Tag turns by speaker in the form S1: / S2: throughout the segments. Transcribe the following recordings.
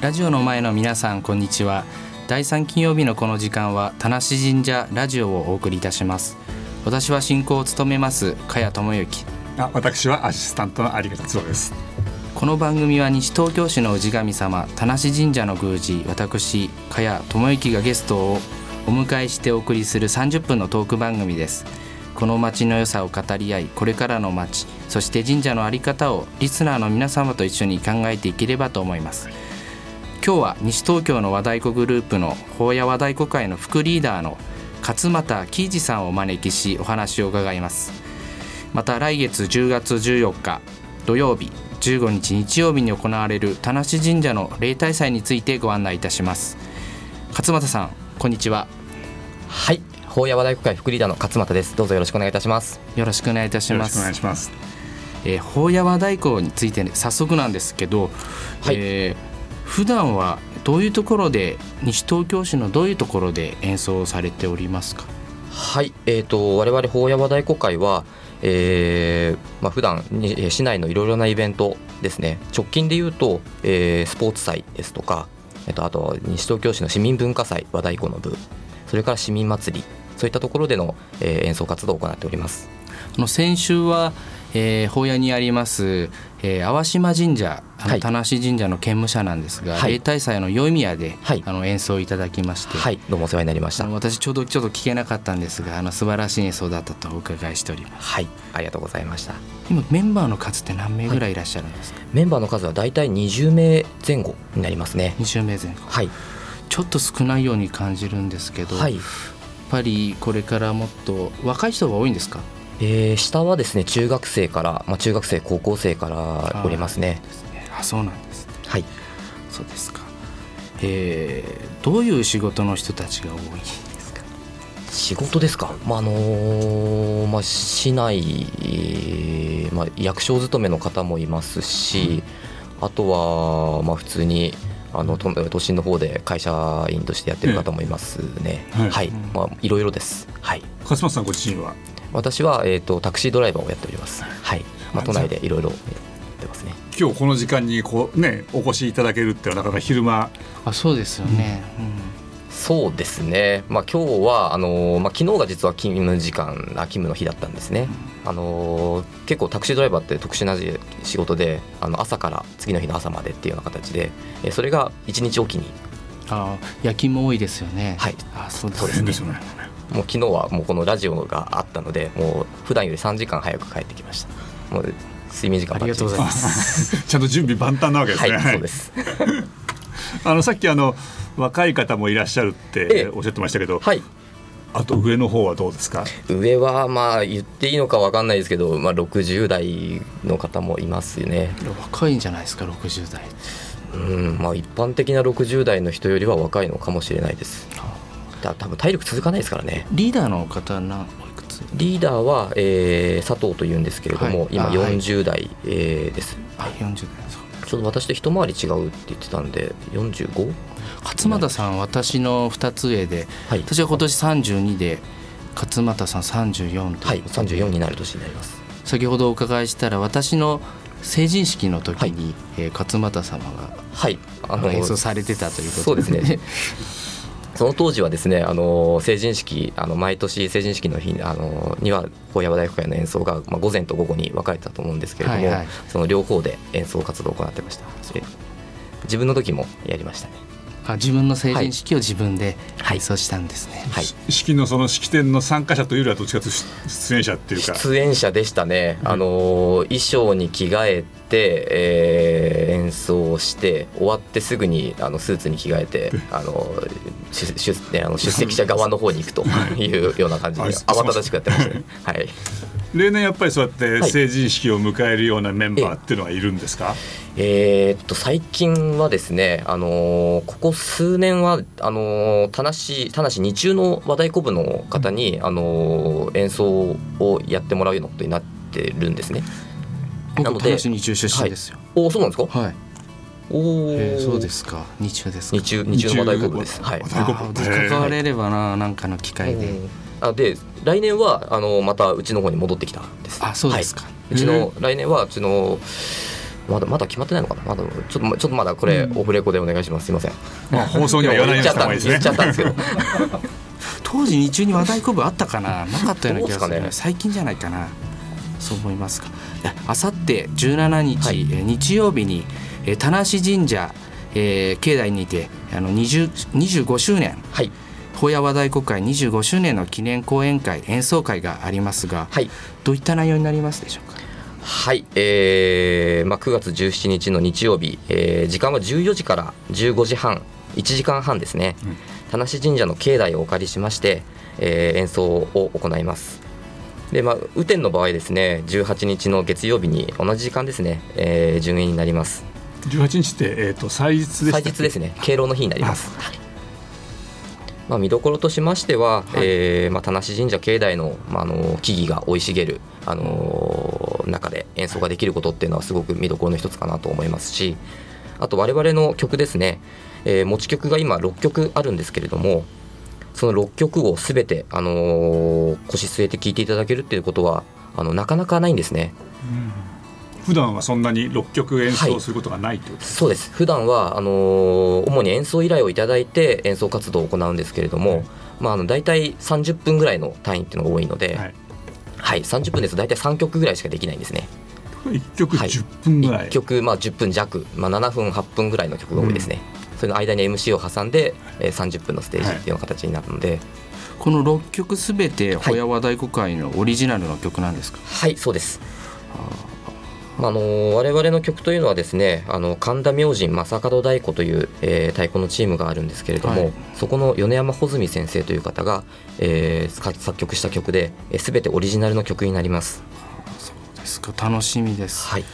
S1: ラジオの前の皆さんこんにちは第3金曜日のこの時間は田無神社ラジオをお送りいたします私は進行を務めます茅智之
S2: あ私はアシスタントの有方剛です
S1: この番組は西東京市の氏神様田無神社の宮司私茅智之がゲストをお迎えしてお送りする30分のトーク番組ですこの街の良さを語り合いこれからの街そして神社の在り方をリスナーの皆様と一緒に考えていければと思います今日は西東京の和太鼓グループの法屋和太鼓会の副リーダーの勝俣喜二さんをお招きしお話を伺いますまた来月10月14日土曜日15日日曜日に行われる田無神社の例大祭についてご案内いたします勝俣さんこんにちは
S3: はい、法屋和太鼓会副リーダーの勝俣です。どうぞよろしくお願いいたします。
S1: よろしくお願いいたし
S2: よろ
S1: ま
S2: しくお願
S1: す
S2: いします
S1: えー、法屋和太鼓について、ね、早速なんですけど、
S3: はい
S1: えー普段はどういうところで西東京市のどういうところで演奏されておりますか
S3: はい、えっ、と我々法屋和太鼓会は、えーまあ普段にえー市内のいろいろなイベントですね。直近で言うと、えースポーツ祭ですとか、えっ、とあと西東京市の市民文化祭和太鼓の部、それから市民祭り、そういったところでの、えー演奏活動を行っております。
S1: あの先週は、えー、法屋にあります、えー、淡島神社あの
S3: はい
S1: 田無神社の兼務者なんですが、
S3: はい
S1: 例大祭の宵宮で、
S3: はい
S1: あの演奏いただきまして、
S3: はい、どうもお世話になりまし
S1: あ
S3: た。
S1: の私ちょうどちょっと聞けなかったんですがあの素晴らしい演奏だったとお伺いしております
S3: はい、ありがとうございました。
S1: 今メンバーの数って何名ぐらいいらっしゃるんですか、
S3: メンバーの数はだいたい20名前後になりますね。
S1: 20名前後
S3: はい、
S1: ちょっと少ないように感じるんですけど、
S3: は
S1: や
S3: い
S1: っ。ぱりこれからもっと若い人が多いんですか
S3: えー下はですね中学生から、まあ、中学生高校生からおりますね
S1: あそうなんですね
S3: はい
S1: そうですかえーどういう仕事の人たちが多いですか
S3: 仕事ですか、まああのーまあ、市内、えーまあ、役所勤めの方もいますし、あとは、まあ、普通にあの都都心の方で会社員としてやってる方もいますね、
S2: うんはい
S3: はい、まあ、いろいろですはい
S2: 勝松さんご自身は
S3: 私は、えー、とタクシードライバーをやっておりますはい、まあ、都内でいろいろやってますね
S2: 今日この時間にこうねお越しいただけるってのはなかなか昼間
S1: あそうですよね、
S3: そうですね、まあ、今日はあのーまあ、昨日が実は勤務時間あ勤務の日だったんですね、あのー結構タクシードライバーって特殊なじ仕事であの朝から次の日の朝までっていうような形で、えーそれが1日おきに
S1: あ夜勤も多いですよね
S3: はい
S1: あそうで
S2: 大
S1: す
S2: 変
S1: ね
S2: ですよ ね
S3: もう昨日はもうこのラジオがあったのでもう普段より3時間早く帰ってきましたもう睡眠時間
S1: ありがとうござい
S3: ま
S1: ます
S2: ちゃんと準備万端なわけですね、
S3: はいそうです
S2: あのさっきあの若い方もいらっしゃるっ
S3: ええ
S2: ておっしゃってましたけど、
S3: はい
S2: あと上の方はどうですか
S3: 上はまあ言っていいのかわかんないですけど、まあ、60代の方もいますね
S1: 若いんじゃないですか60代
S3: うんまあ一般的な60代の人よりは若いのかもしれないですだ多分体力続かないですからね
S1: リーダーの方は何おいくつ
S3: リーダーは、えー佐藤というんですけれども、
S1: はい
S3: 今
S1: あはい
S3: 40代、えーです
S1: あ40代ですか
S3: ちょっと私と一回り違うって言ってたんで 45?
S1: 勝俣さん私の2つ上で
S3: はい、
S1: 私は今年32で勝俣さん34と、
S3: はい、34になる年になります
S1: 先ほどお伺いしたら私の成人式の時に、えー勝俣様が
S3: はいあ
S1: 演奏されてたということ
S3: そうですねその当時はですねあの成人式あの毎年成人式の日にあのには高野和大学会の演奏が、まあ、午前と午後に分かれてたと思うんですけれども、
S1: はいはい
S3: その両方で演奏活動を行ってましたで自分の時もやりましたね
S1: あ自分の成人式を自分で
S3: はい
S1: 演奏したんですね、
S3: はい
S2: し式のその式典の参加者というよりはどっちかというと出演者っていうか
S3: 出演者でしたね、あの衣装に着替えて、えー演奏をして終わってすぐにあのスーツに着替えてあの出出ねあの出席者側の方に行くというような感じで
S2: はい
S3: 慌ただしくやってましたね。はい
S2: 例年やっぱりそうやって
S3: はい
S2: 成人式を迎えるようなメンバーっていうのはいるんですか、
S3: えーっと最近はですね、あのーここ数年はあのー田無田無二中の和太鼓部の方に、あのー演奏をやってもらうようなことになってるんですね。なの
S1: 僕
S3: で
S1: 田無二中出身ですよ
S3: おおそうなんですか。
S1: はい、
S3: おお、
S1: えーそうですか二中ですか
S3: 二中二中の和太鼓部です。
S2: 二中
S3: はい
S2: 和。太鼓
S1: あー
S2: へー
S1: 関われればな何かの機会で、
S3: うんあで来年はあのまたうちの方に戻ってきたんです。
S1: あそうですか、
S3: はいうちの来年はうちのまだまだ決まってないのかなまだちょっとちょっとまだこれオフレコでお願いし ますすいません
S2: まあ、放送には言わない
S3: 言
S2: よ
S3: っ
S2: う
S3: ち
S2: に
S3: ゃっ
S2: した
S3: た
S2: 方が
S3: ん
S2: い
S3: で
S2: い
S3: す
S2: ですね
S3: 言っちゃったんですけど
S1: 当時日中に和太鼓部あったかななかったような気がす
S3: どう
S1: る、
S3: ですかね
S1: 最近じゃないかなそう思いますかあさって17日、
S3: はい
S1: えー日曜日に、えー田無神社、えー境内にてあの20 25周年
S3: はい
S1: 法や和太鼓会25周年の記念講演会演奏会がありますが、
S3: はい
S1: どういった内容になりますでしょうか
S3: はい、えーまあ、9月17日の日曜日、えー時間は14時から15時半1時間半ですね、
S2: うん
S3: 田無神社の境内をお借りしまして、えー演奏を行いますで、まあ、雨天の場合ですね18日の月曜日に同じ時間ですね、えー順延になります
S2: 18日って、えー、と祭日でした
S3: 祭
S2: っけ
S3: 日ですね敬老の日になります、はいまあ、見どころとしましては、えーまあ、田無神社境内の,、まあ、あの木々が生い茂る、あのー中で演奏ができることっていうのはすごく見どころの一つかなと思いますしあと我々の曲ですね、えー持ち曲が今6曲あるんですけれどもその6曲をすべて、あのー腰据えて聴いていただけるっていうことはあのなかなかないんですね。
S2: 普段はそんなに6曲演奏することがないということです
S3: そうです普段はあのー主に演奏依頼をいただいて演奏活動を行うんですけれども、
S2: はい
S3: まあ、あの大体30分ぐらいの単位っていうのが多いので、
S2: ね、
S3: は
S2: はいい、
S3: 30分ですと大体3曲ぐらいしかできないんですね
S2: 1曲
S3: はい
S2: 10分ぐらい、
S3: 1曲、まあ、10分弱、まあ、7分8分ぐらいの曲が多いですね、それの間に MC を挟んで、えー30分のステージっていうような形になるので
S1: この6曲すべて法や和太鼓会のオリジナルの曲なんですか、
S3: はい、そうですまああのー我々の曲というのはですねあの神田明神正門太鼓という、えー太鼓のチームがあるんですけれども、
S1: はい
S3: そこの米山穂積先生という方が、えー作作曲した曲で、えー、全てオリジナルの曲になります。
S1: そうですか楽しみです
S3: はい、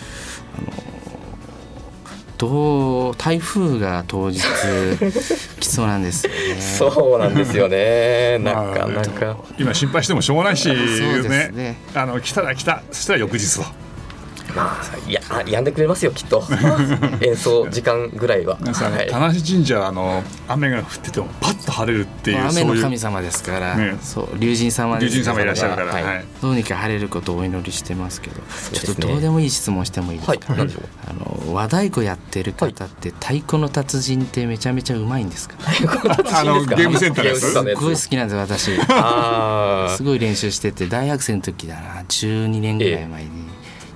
S1: どう台風が当日来そうなんですよね。
S3: うなんですよ ね
S2: なかなか。今心配してもしょうがないし、
S1: そうですね
S2: あの来たら来たそしたら翌日は
S3: まあ、いや、あやんでくれますよ、きっ と。演奏時間ぐらいは。
S2: なんかあの
S3: はい
S2: 田無神社あの雨が降っててもパッと晴れるっていう
S1: 雨の
S2: そう
S1: 神
S2: いう
S1: 様ですから、
S2: ね
S1: そう龍神様です
S2: 龍神
S1: か
S2: 様いらっしゃるから、
S3: は
S2: はいい
S1: どうにか晴れることをお祈りしてますけど、
S3: うで
S1: ち
S3: す
S1: ょ
S3: ね
S1: っとどうでもいい質問してもいいです
S3: はい
S1: か。、
S3: なんでしょう。
S1: あの和太鼓やってる方って太鼓の達人ってめちゃめちゃうまいんですか。
S2: あのゲームセンターのやつ
S3: ゲ
S1: すっ
S3: のやつ
S1: ごい好きなんです私。
S3: ああ
S1: す。ごい練習してて大学生の時だな12年ぐらい前に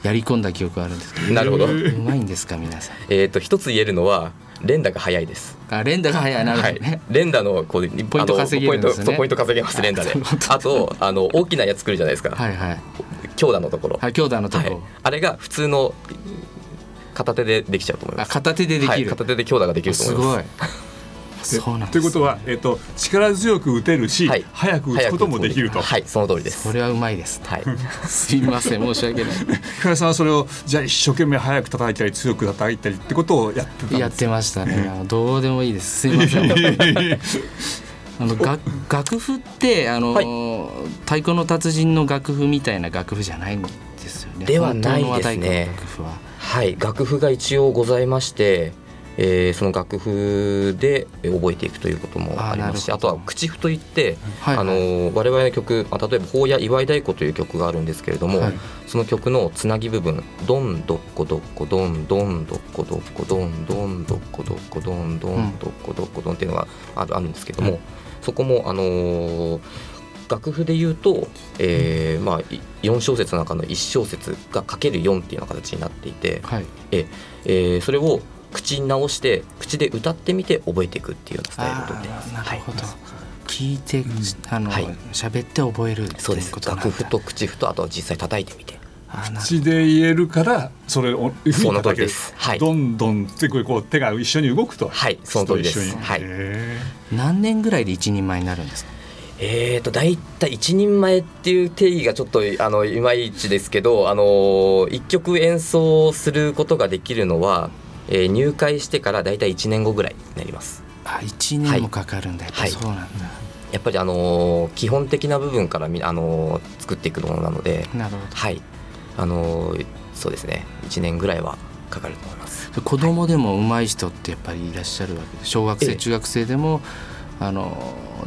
S1: やり込んだ記憶があるんですけど。
S3: なるほど。
S1: うまいんですか皆さん。
S3: えっ、と一つ言えるのは連打が早いです。
S1: あ連打が早いなるほ
S3: は
S1: どね
S3: い。。連打のこうポ
S1: イント稼げるんですね
S3: ポイント稼げます連打 で。あとあの大きなやつ来るじゃないですか。
S1: はいはい。
S3: 強打のところ。
S1: あ強打のとこ、
S3: はいあれが普通の片手でできちゃうと思いま
S1: あ
S3: す。
S1: 片手でで
S3: は
S1: き
S3: い、
S1: る、
S3: 片手で強打ができると
S1: す
S3: 思い
S1: ご
S3: ま
S1: い
S3: す。
S2: で
S1: そうなんです
S2: ということは、えっと力強く打てるし、
S3: はい
S2: 早く打つこともできると、
S3: はい、その通りです。
S1: これはうまい です
S3: はい。
S1: すいません申し訳な
S2: 深井さんはそれをじゃあ一生懸命早く叩いたり強く叩いたりってことをやってたん
S1: いや
S2: で
S1: っ
S2: す
S1: てましたねあのどうでもいいですすいません あのが楽譜ってあの、
S3: はい
S1: 太鼓の達人の楽譜みたいな楽譜じゃないんですよね
S3: ではないですね
S1: 本当の和太鼓の楽譜は
S3: はい、楽譜が一応ございまして、えーその楽譜でえー覚えていくということもありますし
S1: あーなるほど
S3: あとは口譜といって、
S1: はい
S3: あのー我々の曲、まあ、例えば「法や祝い太鼓」という曲があるんですけれども、
S1: はい
S3: その曲のつなぎ部分「どんどっこどっこどんどんどっこどっこどんどんどっこどっこどんどんどっこどっこどん」っていうのがあるあるんですけども、そこもあのー楽譜で言うと、えーまあ、い4小節の中の1小節がかける4っていうような形になっていて、
S1: はい
S3: ええーそれを口に直して口で歌ってみて覚えていくっていうようなスタイルと
S1: あ
S3: っています
S1: ーなるほど、
S3: はい
S1: 聞いて、あの
S3: はい
S1: 喋、って覚えるって
S3: そうで
S1: いう
S3: す
S1: ことなんだ
S3: 楽譜と口譜とあとは実際叩いてみて
S1: あーなるほ
S2: 口で言えるからそれをいうふう
S3: そ
S2: に
S3: の
S2: 叩
S3: 通り
S2: け
S3: で
S2: る
S3: すはい
S2: どんどんってこうこう手が一緒に動くと
S3: はいその通りです
S2: 口と一緒に
S3: はい
S2: へ
S1: ど何年ぐらいで一人前になるんですか
S3: えー、と大体一人前っていう定義がちょっとあのいまいちですけど、あのー、1曲演奏することができるのは、えー入会してから大体1年後ぐらいになります
S1: あ1年もかかるんだ、やっぱ
S3: はい
S1: そうなんだ、
S3: やっぱり、あのー基本的な部分からみ、あのー作っていくものなので、
S1: なるほ
S3: はいあのーそうですね1年ぐらいはかかると思います
S1: ど子供でも上手い人ってやっぱりいらっしゃるわけで小学
S3: ええ
S1: 生中学生でもあの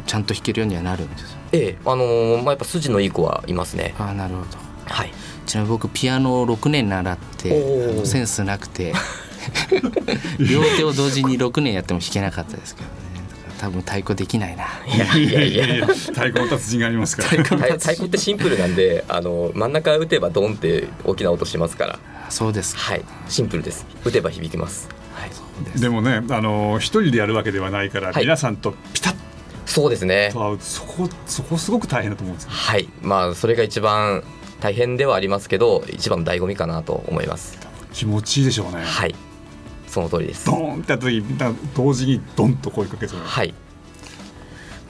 S1: ちゃんと弾けるようにはなるんですよ
S3: ええあのーまあ、やっぱ筋のいい子はいますね
S1: ああなるほど
S3: はい
S1: ちなみに僕ピアノを6年習ってあのセンスなくて両手を同時に6年やっても弾けなかったですけどねだから多分太鼓できないな。
S3: いやいやいや
S2: 太鼓の達人がありますから
S3: 太太鼓ってシンプルなんであの真ん中打てばドンって大きな音しますから
S1: そうですか。
S3: はいシンプルです打てば響きます、はい、
S2: でもねあの一人でやるわけではないから、
S3: はい
S2: 皆さんとピタッ
S3: そうですね
S2: と合うそこそこすごく大変だと思うんですよ
S3: はいまあそれが一番大変ではありますけど一番の醍醐味かなと思います
S2: 気持ちいいでしょうね、
S3: はいその通りです
S2: ドーンってやった時みんな同時にドンと声かけそうな
S3: はい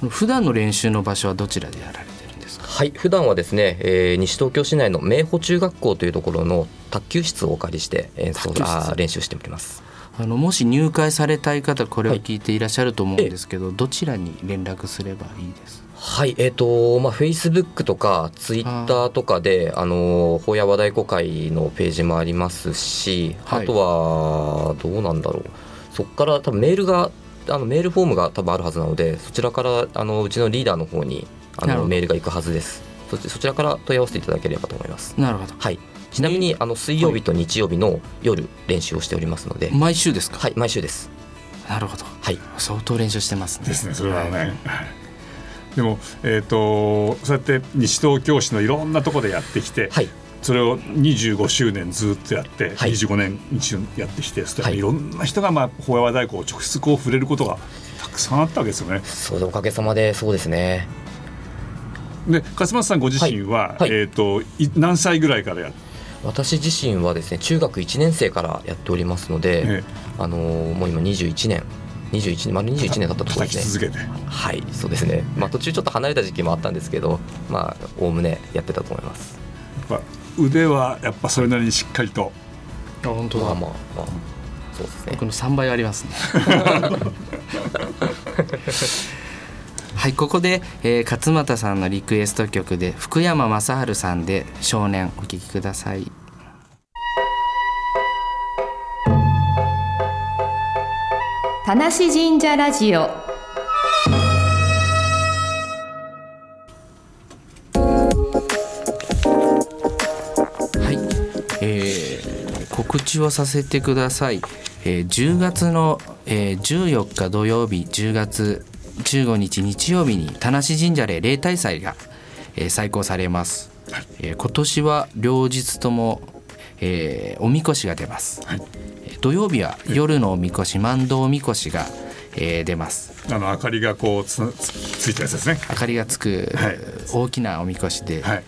S1: 普段の練習の場所はどちらでやられてるんですか。
S3: はい普段はですね、えー西東京市内の明宝中学校というところの卓球室をお借りして演奏
S1: 卓球室
S3: あー練習しております
S1: あのもし入会されたい方これを聞いていらっしゃると思うんですけど、どちらに連絡すればいいです。
S3: はいえっ、とまあフェイスブックとかツイッターとかであのー法や話題公開のページもありますし、
S1: はい
S3: あとはどうなんだろうそこから多分メールがあのメールフォームが多分あるはずなのでそちらからあのうちのリーダーの方にあ
S1: なるほ
S3: の
S1: ど
S3: メールが行くはずですそちそちらから問い合わせていただければと思います
S1: なるほど。
S3: はい、ちなみにあの水曜日と日曜日の夜練習をしておりますので、
S1: 毎週ですか。
S3: はい、毎週です。
S1: なるほど。
S3: はい、
S1: 相当練習してますね。
S2: ですねそれはね、
S1: い。
S2: でも、えー、とそうやって西東京市のいろんなところでやってきて、
S3: はい、
S2: それを25周年ずっとやって、
S3: はい
S2: 25年一緒にやってきてそれ
S3: はい
S2: いろんな人が、まあ、法話太鼓を直接こう触れることがたくさんあったわけですよね。
S3: そうでおかげさまでそうですね。
S2: で勝俣さんご自身は、
S3: はいはい
S2: えー、とい何歳ぐらいからやって、
S3: 私自身はですね、中学1年生からやっておりますので、
S2: え
S3: あのーもう今21年、21年丸21年経ったところ
S2: 叩
S3: で
S2: き
S3: すね。
S2: 続けて
S3: はい、そうですね。まあ途中ちょっと離れた時期もあったんですけど、まあ概ねやってたと思います。
S2: やっぱ腕はやっぱそれなりにしっかりと
S1: あ本当
S3: まあ
S1: だ。
S3: まあまあ、そうですね
S1: 僕。の3倍ありますね。はいここで、えー勝俣さんのリクエスト曲で福山雅治さんで「少年」お聴きください。
S4: 田無神社ラジオ
S1: はい、えー告知をさせてください、えー10月の、えー14日土曜日10月15日日曜日に田無神社で例大祭が、えー再行されます、えー今年は両日とも、えーおみこしが出ます、
S2: はい
S1: えー土曜日は夜のおみこし万堂おみこしが、えー出ます
S2: あの明かりがこうつつついたやつですね。
S1: 明かりがつく、
S2: はい
S1: 大きなおみこしで、
S2: はい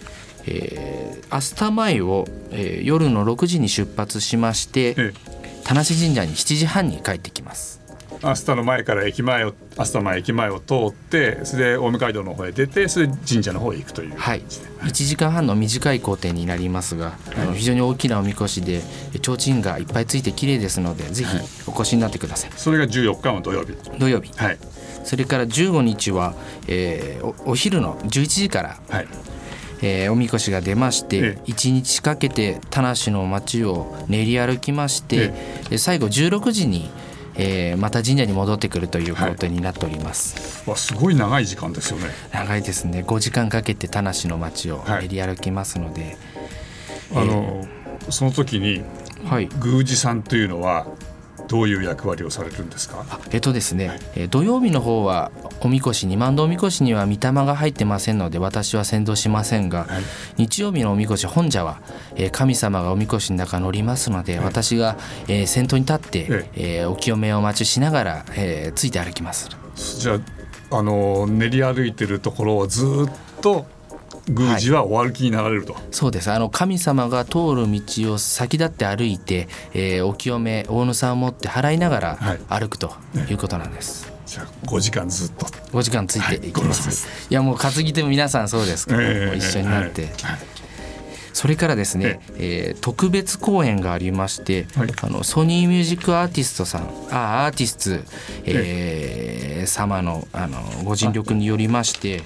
S1: えー明日前を、えー夜の6時に出発しまして、
S2: ええ
S1: 田無神社に7時半に帰ってきます
S2: 明日の前から駅前を明日の前駅前を通ってそれで青梅街道の方へ出てそれで神社の方へ行くという
S1: はい
S2: 感じで
S1: 1時間半の短い行程になりますが、あの非常に大きなおみこしで提灯がいっぱいついて綺麗ですのでぜひお越しになってください、
S2: それが14日の土曜日
S1: 土曜日
S2: はい
S1: それから15日は、えーおお昼の11時から、
S2: はい
S1: えーおみこしが出まして、
S2: ええ
S1: 1日かけて田無の町を練り歩きまして、
S2: え
S1: で最後16時に、えーまた神社に戻ってくるということになっております、
S2: わすごい長い時間ですよね
S1: 長いですね5時間かけて田無の町を練り歩きますので、
S2: あの、その時に
S1: はい
S2: 宮司さんというのはどういう役割をされるんですか
S1: あえっとですね、えー土曜日の方はおみこし二万堂おみこしには御霊が入ってませんので私は先導しませんが、
S2: はい
S1: 日曜日のおみこし本社は、えー神様がおみこしの中乗りますので、私が、えー先頭に立って、
S2: え
S1: えーお清めをお待ちしながら、えーついて歩きます
S2: じゃああの練り歩いてるところをずっと宮司はお歩きになられると、
S1: そうですあの神様が通る道を先立って歩いて、えーお清め大野さんを持って払いながら
S2: はい
S1: 歩くということなんです、
S2: じゃあ5時間ずっと
S1: 5時間ついていきます、
S2: はいご苦労様で
S1: い
S2: す、
S1: やもう担ぎ手も皆さんそうですから、
S2: ええ
S1: もう一緒になって、
S2: はい
S1: それからですね、えー特別公演がありまして、
S2: はい
S1: あのソニーミュージックアーティストさんあアーティスト、えー様のあのご尽力によりまして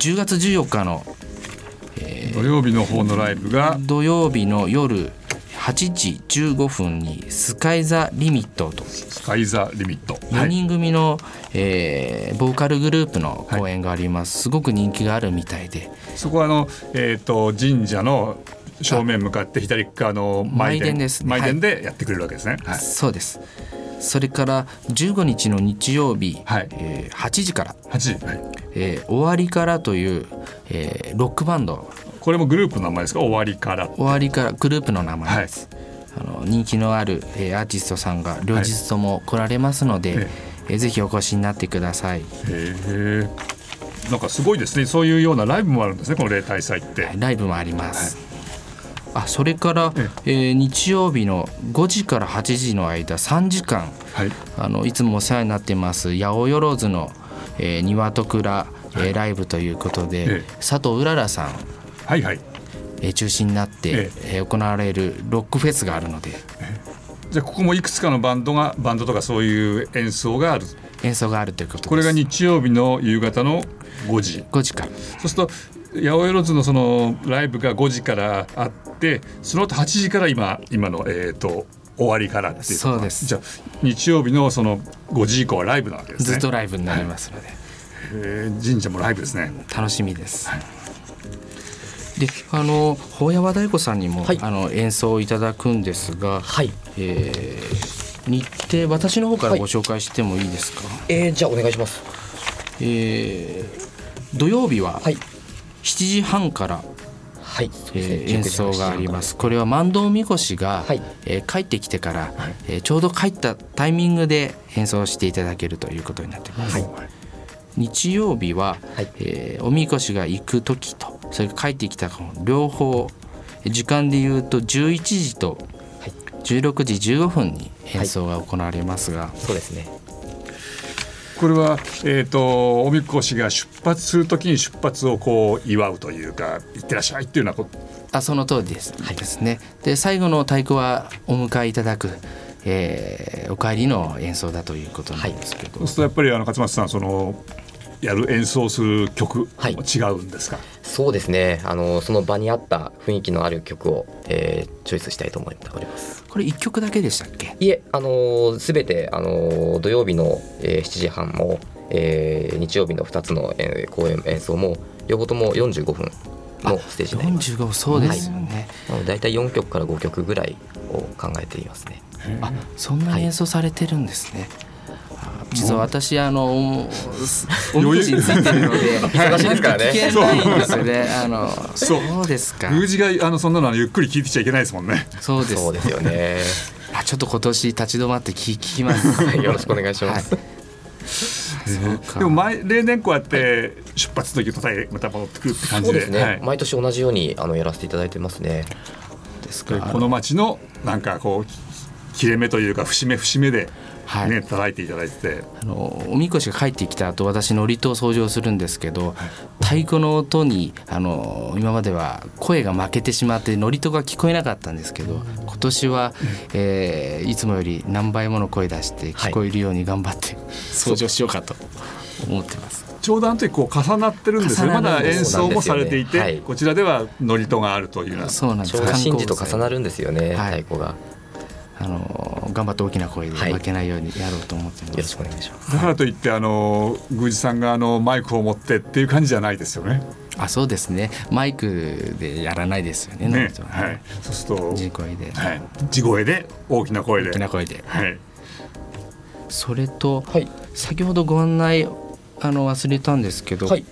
S1: 10月14日の
S2: 土曜日の方のライブが
S1: 土曜日の夜8時15分に「スカイ・ザ・リミット」と
S2: 「カイザーリミット」
S1: 4人組の、えーボーカルグループの公演があります、すごく人気があるみたいで
S2: そこはあの、えー、と神社の正面向かって左側の前
S1: 前
S2: 殿
S1: 殿です
S2: 前殿でやってくれるわけですね。はい
S1: そうですそれから15日の日曜日、
S2: はい
S1: えー8時から
S2: 8時、はい、
S1: 「えー終わりから」という、えーロックバンド
S2: これもグループの名前ですか終わりから
S1: 終わりからグループの名前です、あの人気のある、えーアーティストさんが両日とも来られますので、
S2: はい
S1: えーぜひお越しになってください
S2: へえなんかすごいですねそういうようなライブもあるんですねこの例大祭って、
S1: ライブもあります、あそれから、
S2: え
S1: えー日曜日の5時から8時の間3時間
S2: はい
S1: あのいつもお世話になってます八百万の、えー、庭と蔵、えーライブということで、
S2: ええ
S1: 佐藤うららさん、
S2: はいはい
S1: えー中心になって、
S2: え
S1: えー行われるロックフェスがあるので
S2: じゃあここもいくつかのバンドがバンドとかそういう演奏がある
S1: 演奏があるということです
S2: これが日曜日の夕方の5時
S1: 5時から
S2: そうすると八百万のそのライブが5時からあってその後8時から今今のえっ、と終わりからっていうこと
S1: そうです
S2: じゃあ日曜日のその5時以降はライブなわけですね
S1: ずっとライブになりますので、
S2: えー神社もライブですね
S1: 楽しみです、
S2: はい
S1: であの法山太鼓さんにも、
S3: はい
S1: あの演奏をいただくんですが、
S3: はい、
S1: えー日程私の方からご紹介してもいいですか、
S3: えー、じゃあお願いします。
S1: えー土曜日は
S3: はい
S1: 7時半から
S3: はい、。
S1: えー演奏がありますす。これは万堂みこしが、
S3: はい
S1: えー帰ってきてから、えーちょうど帰ったタイミングで演奏していただけるということになってます。日曜日は、
S3: はい
S1: えーおみこしが行く時とそれから帰ってきたの両方時間で言うと11時と
S3: はい、
S1: 16時15分に演奏が行われますが、
S3: そうですね。
S2: これは、えー、とおみこしが出発するときに出発をこう祝うというか「行ってらっしゃい」っていうようなこと
S1: あその通りです,、ですねで最後の太鼓はお迎えいただく、えーお帰りの演奏だということなんですけど、
S2: そうするとやっぱりあの勝松さんそのやる演奏する曲
S3: はい
S2: も違うんですか、
S3: そうですね。あのその場に合った雰囲気のある曲を、えーチョイスしたいと思っております。
S1: これ1曲だけでしたっけ
S3: いえ、あのすべてあの土曜日の、えー7時半も、えー日曜日の2つの、えー公演演奏も両方とも45分のステージになります。
S1: 45そうですよね、
S3: なので大体4曲から5曲ぐらいを考えていますね。
S1: あそんなに演奏されてるんですね、あ実は私あのおおみこしについてるので
S3: 忙しいですからね
S1: 聞けないんですよねあのそうですか
S2: 宮司があのそんなのはゆっくり聴いてちゃいけないですもんね。
S1: そうです
S3: そうですよ ね。
S1: あちょっと今年立ち止まって聞聞きます
S3: はいよろしくお願いします。
S1: そうか
S2: でも前例年こうやって出発の時とたまた戻ってくるって感じ
S3: そう
S2: で
S3: ですね、
S2: はい
S3: 毎年同じようにあのやらせていただいてますね。
S1: です
S2: で
S1: か
S2: この町のなんかこうき切れ目というか節目節目で、ね
S1: はい
S2: 叩いていただいてて
S1: あのおみこしが帰ってきた後私祝詞を掃除をするんですけど太鼓の音にあの今までは声が負けてしまって祝詞が聞こえなかったんですけど今年は、えーいつもより何倍もの声出して
S3: はい
S1: 聞こえるように頑張って、掃除をしようかと思ってます。
S2: ちょうどあの時こう重なってるんですよね
S1: 重
S2: ま
S1: な
S2: だ
S1: るんで
S2: 演
S1: す
S2: 奏もされていて、
S3: そうなんですよねはい
S2: こちらでは祝詞があるというような
S1: そうなんです
S3: ちょうど神事と重な
S1: る
S3: るんですよね、
S1: はい
S3: 太鼓が。
S1: あの頑張って大きな声で
S3: はい
S1: 負けないようにやろうと思ってます。
S3: よろしくお願いします。
S2: だからといってあの宮司さんがあのマイクを持ってっていう感じじゃないですよね。
S1: あそうですねマイクでやらないですよね。
S2: ね
S1: なんか
S2: はい、そうすると、
S1: 地声で
S2: はい、地声で大きな声で
S1: 大きな声で。
S2: はい、
S1: それと、
S3: はい
S1: 先ほどご案内あの忘れたんですけど、
S3: はい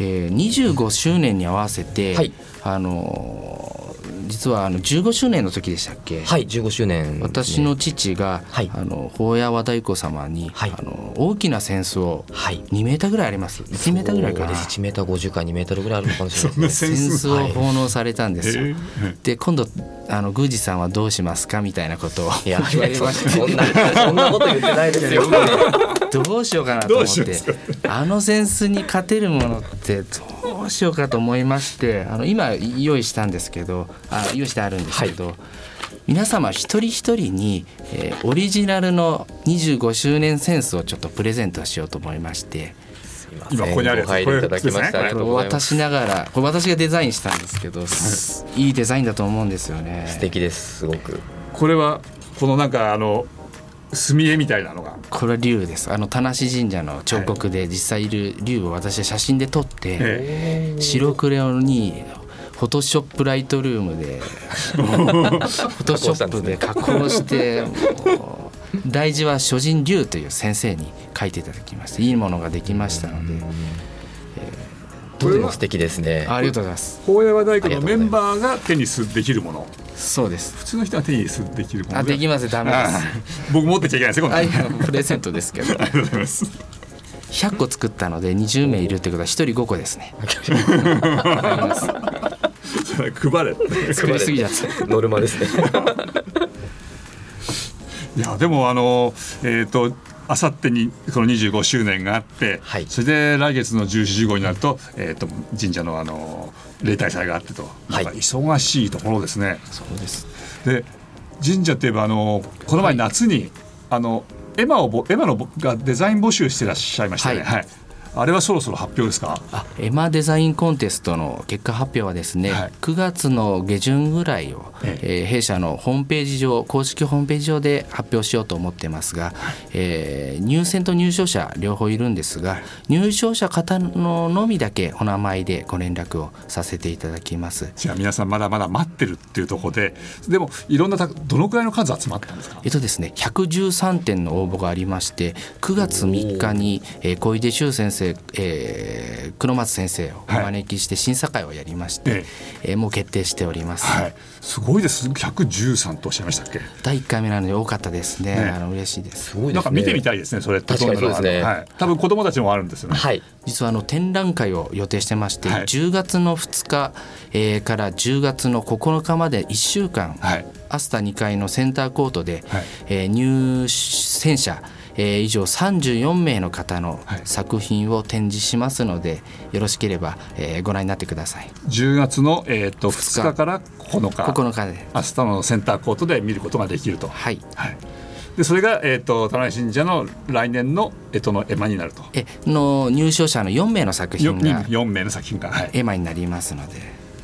S1: えー25周年に合わせて、
S3: はい
S1: あのー実はあの15周年の時でしたっけ、
S3: はい、15周年、
S1: 私の。父が、
S3: はい
S1: あの法屋和太鼓様に、
S3: はい
S1: あの大きな扇子を
S3: はい。
S1: 2メーターぐらいあります1メーターぐらいかな
S3: 1メーター50か2メーターぐらいあるのかもしれない
S2: そんな
S3: で
S2: せ
S3: す
S2: ん
S3: ね。
S1: 扇子を奉納されたんですよ。
S2: えー
S1: で今度あの宮司さんはどうしますかみたいなことを
S3: いや、
S1: 言われました
S3: そんな、そんなこと言ってないですよ。
S1: どうしようかなと思っ
S2: どう
S1: て
S2: しよ
S1: あのセンスに勝てるものってどうしようかと思いましてあの今用意したんですけどあ用意してあるんですけど、皆様一人一人に、えーオリジナルの25周年センスをちょっとプレゼントしようと思いまして
S2: 今ここにあるやつ
S3: ご配慮いただきました。
S2: こ
S3: あ
S2: れ
S1: こと
S2: で
S3: りが
S1: れ
S3: う
S1: を
S3: ございま
S1: 渡
S3: す。
S1: しながらこれ私がデザインしたんですけどすいいデザインだと思うんですよね。
S3: 素敵です、すごく。
S2: これはこのなんかあの墨絵みたいなのが、
S1: これは竜ですあの田無神社の彫刻で実際いる竜を私は写真で撮って、白クレヨンにフォトショップライトルームでフォトショップで加工 してもう大事は諸人流という先生に書いていただきましていいものができましたので
S3: とても素敵ですね
S1: ありがとうございます
S2: 法山大学のメンバーがテニスできるもの
S1: そうです
S2: 普通の人はテニスできるもの
S1: あできますダメです
S2: す僕持ってちゃいけないですよこんな
S1: あ
S2: の
S1: いやプレゼントですけど
S2: ありがとうございます
S1: 100個作ったので20名いるってことは1人5個ですねあります
S2: それ配れ
S1: 作りすぎちゃった
S3: ノルマですね
S2: いやでもあのえっ、とあさってにこの25周年があって、
S3: はい
S2: それで来月の14、15になると,、えー、と神社のあの例大祭があってと、
S3: はい
S2: なんか忙しいところですね。
S1: そうです
S2: で神社といえばあのこの前夏に、あのエマをぼエマのぼがデザイン募集してらっしゃいましたね。
S1: はい
S2: はいあれはそろそろ発表ですか。
S1: あエマデザインコンテストの結果発表はですね、
S2: はい
S1: 9月の下旬ぐらいを、
S2: え
S1: えー弊社のホームページ上公式ホームページ上で発表しようと思ってますが、えー入選と入賞者両方いるんですが入賞者方ののみだけお名前でご連絡をさせていただきます。
S2: じゃあ皆さんまだまだ待ってるっていうところで、でもいろんなたどのくらいの数集まったんですか。
S1: えっとですね、113点の応募がありまして9月3日に、えー小出修先生、えー黒松先生をお招きして審査会をやりまして、
S2: え
S1: えーもう決定しております。
S2: はい。すごいです。113とおっしゃいましたっけ。
S1: 第1回目なので多かったですね
S2: ね
S1: あの嬉しいです
S3: ごいですね
S2: なんか見てみたいですね、それって
S3: 確かにそうですね
S2: どんなのがあるのはい、多分子供たちもあるんですよね。
S3: はい
S1: 実はあの展覧会を予定してまして、
S2: はい
S1: 10月の2日、えーから10月の9日まで1週間、
S2: はい
S1: アスタ2階のセンターコートで、
S2: はい
S1: えー入選者、えー以上34名の方の
S2: はい
S1: 作品を展示しますので、よろしければ、えーご覧になってください
S2: 10月の、えー、と
S1: 2
S2: 2
S1: 日
S2: 日から9日、
S1: 9日で
S2: 明日のセンターコートで見ることができると。は
S1: はい
S2: い、でそれが、えー、と田中信者の来年の干支の絵馬になると。
S1: えの入賞者の4名の作品が
S2: 4, 4名の作品が、はい、
S1: エマになりますので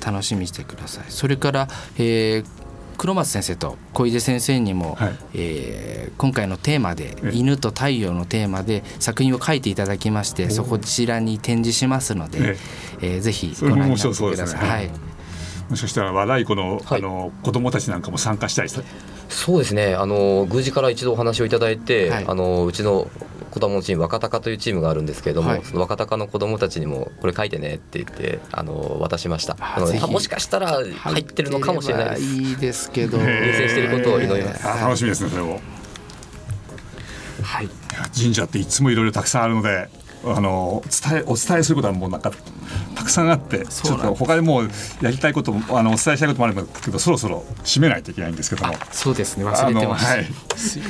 S1: 楽しみにしてくださいそれから、えー黒松先生と小出先生にも、
S2: はい
S1: えー今回のテーマで
S2: え
S1: 「犬と太陽」のテーマで作品を書いていただきましてそこちらに展示しますので、えーぜひご覧になって
S2: それも面白そう
S1: く
S2: で
S1: だ
S2: す
S1: さ
S2: ね
S1: い、はい、
S2: もしかしたら和太鼓の,、
S3: はい
S2: あの子供たちなんかも参加したいです
S3: そうですねあの宮司から一度お話をいただいて、
S1: はい
S3: あのうちの子供のチーム若鷹というチームがあるんですけれども、
S1: はい
S3: その若鷹の子供たちにもこれ書いてねって言ってあの渡しました
S1: あ
S3: なので
S1: ぜひ
S3: もしかしたら入ってるのかもしれないで
S1: 入
S3: す
S1: ってればいいですけど
S2: へ
S3: 入選していることを祈ります
S2: あー楽しみですねそれも
S1: はい
S2: いや神社っていつもいろいろたくさんあるのであの伝えお伝えすることはもうなんかたくさんあってち
S1: そう
S2: ょ
S1: なんです
S2: っと他にもうやりたいこともあのお伝えしたいこともあるんだけどそろそろ締めないといけないんですけども。
S1: そうですね
S2: あ
S1: 忘れて
S2: の
S1: ました、
S2: はい、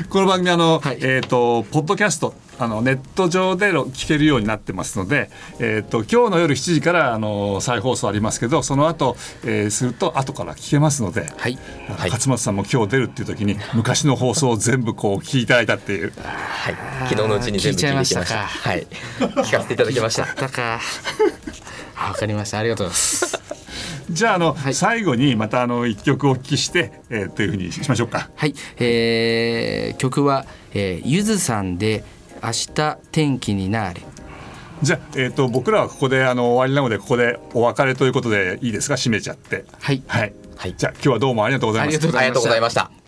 S2: この番組あの、
S1: はい
S2: えっ、とポッドキャストあのネット上での聞けるようになってますので、えっ、と今日の夜7時からあの再放送ありますけど、その後、えーすると後から聞けますので、
S1: はい
S2: あの
S3: はい
S2: 勝松さんも今日出るっていう時に昔の放送を全部こう聞いていただいたっ ていう。
S3: はい昨日のうちに全部聞いてきました
S1: 聞いちゃいま
S3: はい聞かせていただき ました
S1: だったかあわかりましたありがとうございます
S2: じゃああの、
S1: はい
S2: 最後にまたあの一曲お聞きして、えーというふうにしましょうか。
S1: はい、えー曲は、えーゆずさんで明日天気になれ。
S2: じゃあ、えー、と僕らはここであの終わりなのでここでお別れということでいいですか締めちゃって。
S1: はい
S2: はい。
S3: はい
S2: じゃあ今日はどうもありがとうござい
S1: あ
S2: ま
S1: り
S2: し
S1: がとう
S2: た
S1: ご
S3: あ
S1: ざ
S3: り
S1: いま
S3: がとう
S1: し
S3: ござい
S1: た。
S3: ました